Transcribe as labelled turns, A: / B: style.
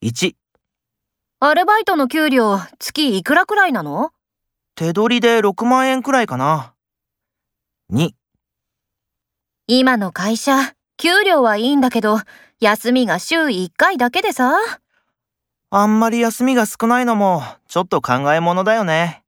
A: 1、
B: アルバイトの給料、月いくらくらいなの
A: 手取りで6万円くらいかな。2、
B: 今の会社、給料はいいんだけど、休みが週1回だけでさ。
A: あんまり休みが少ないのも、ちょっと考えものだよね。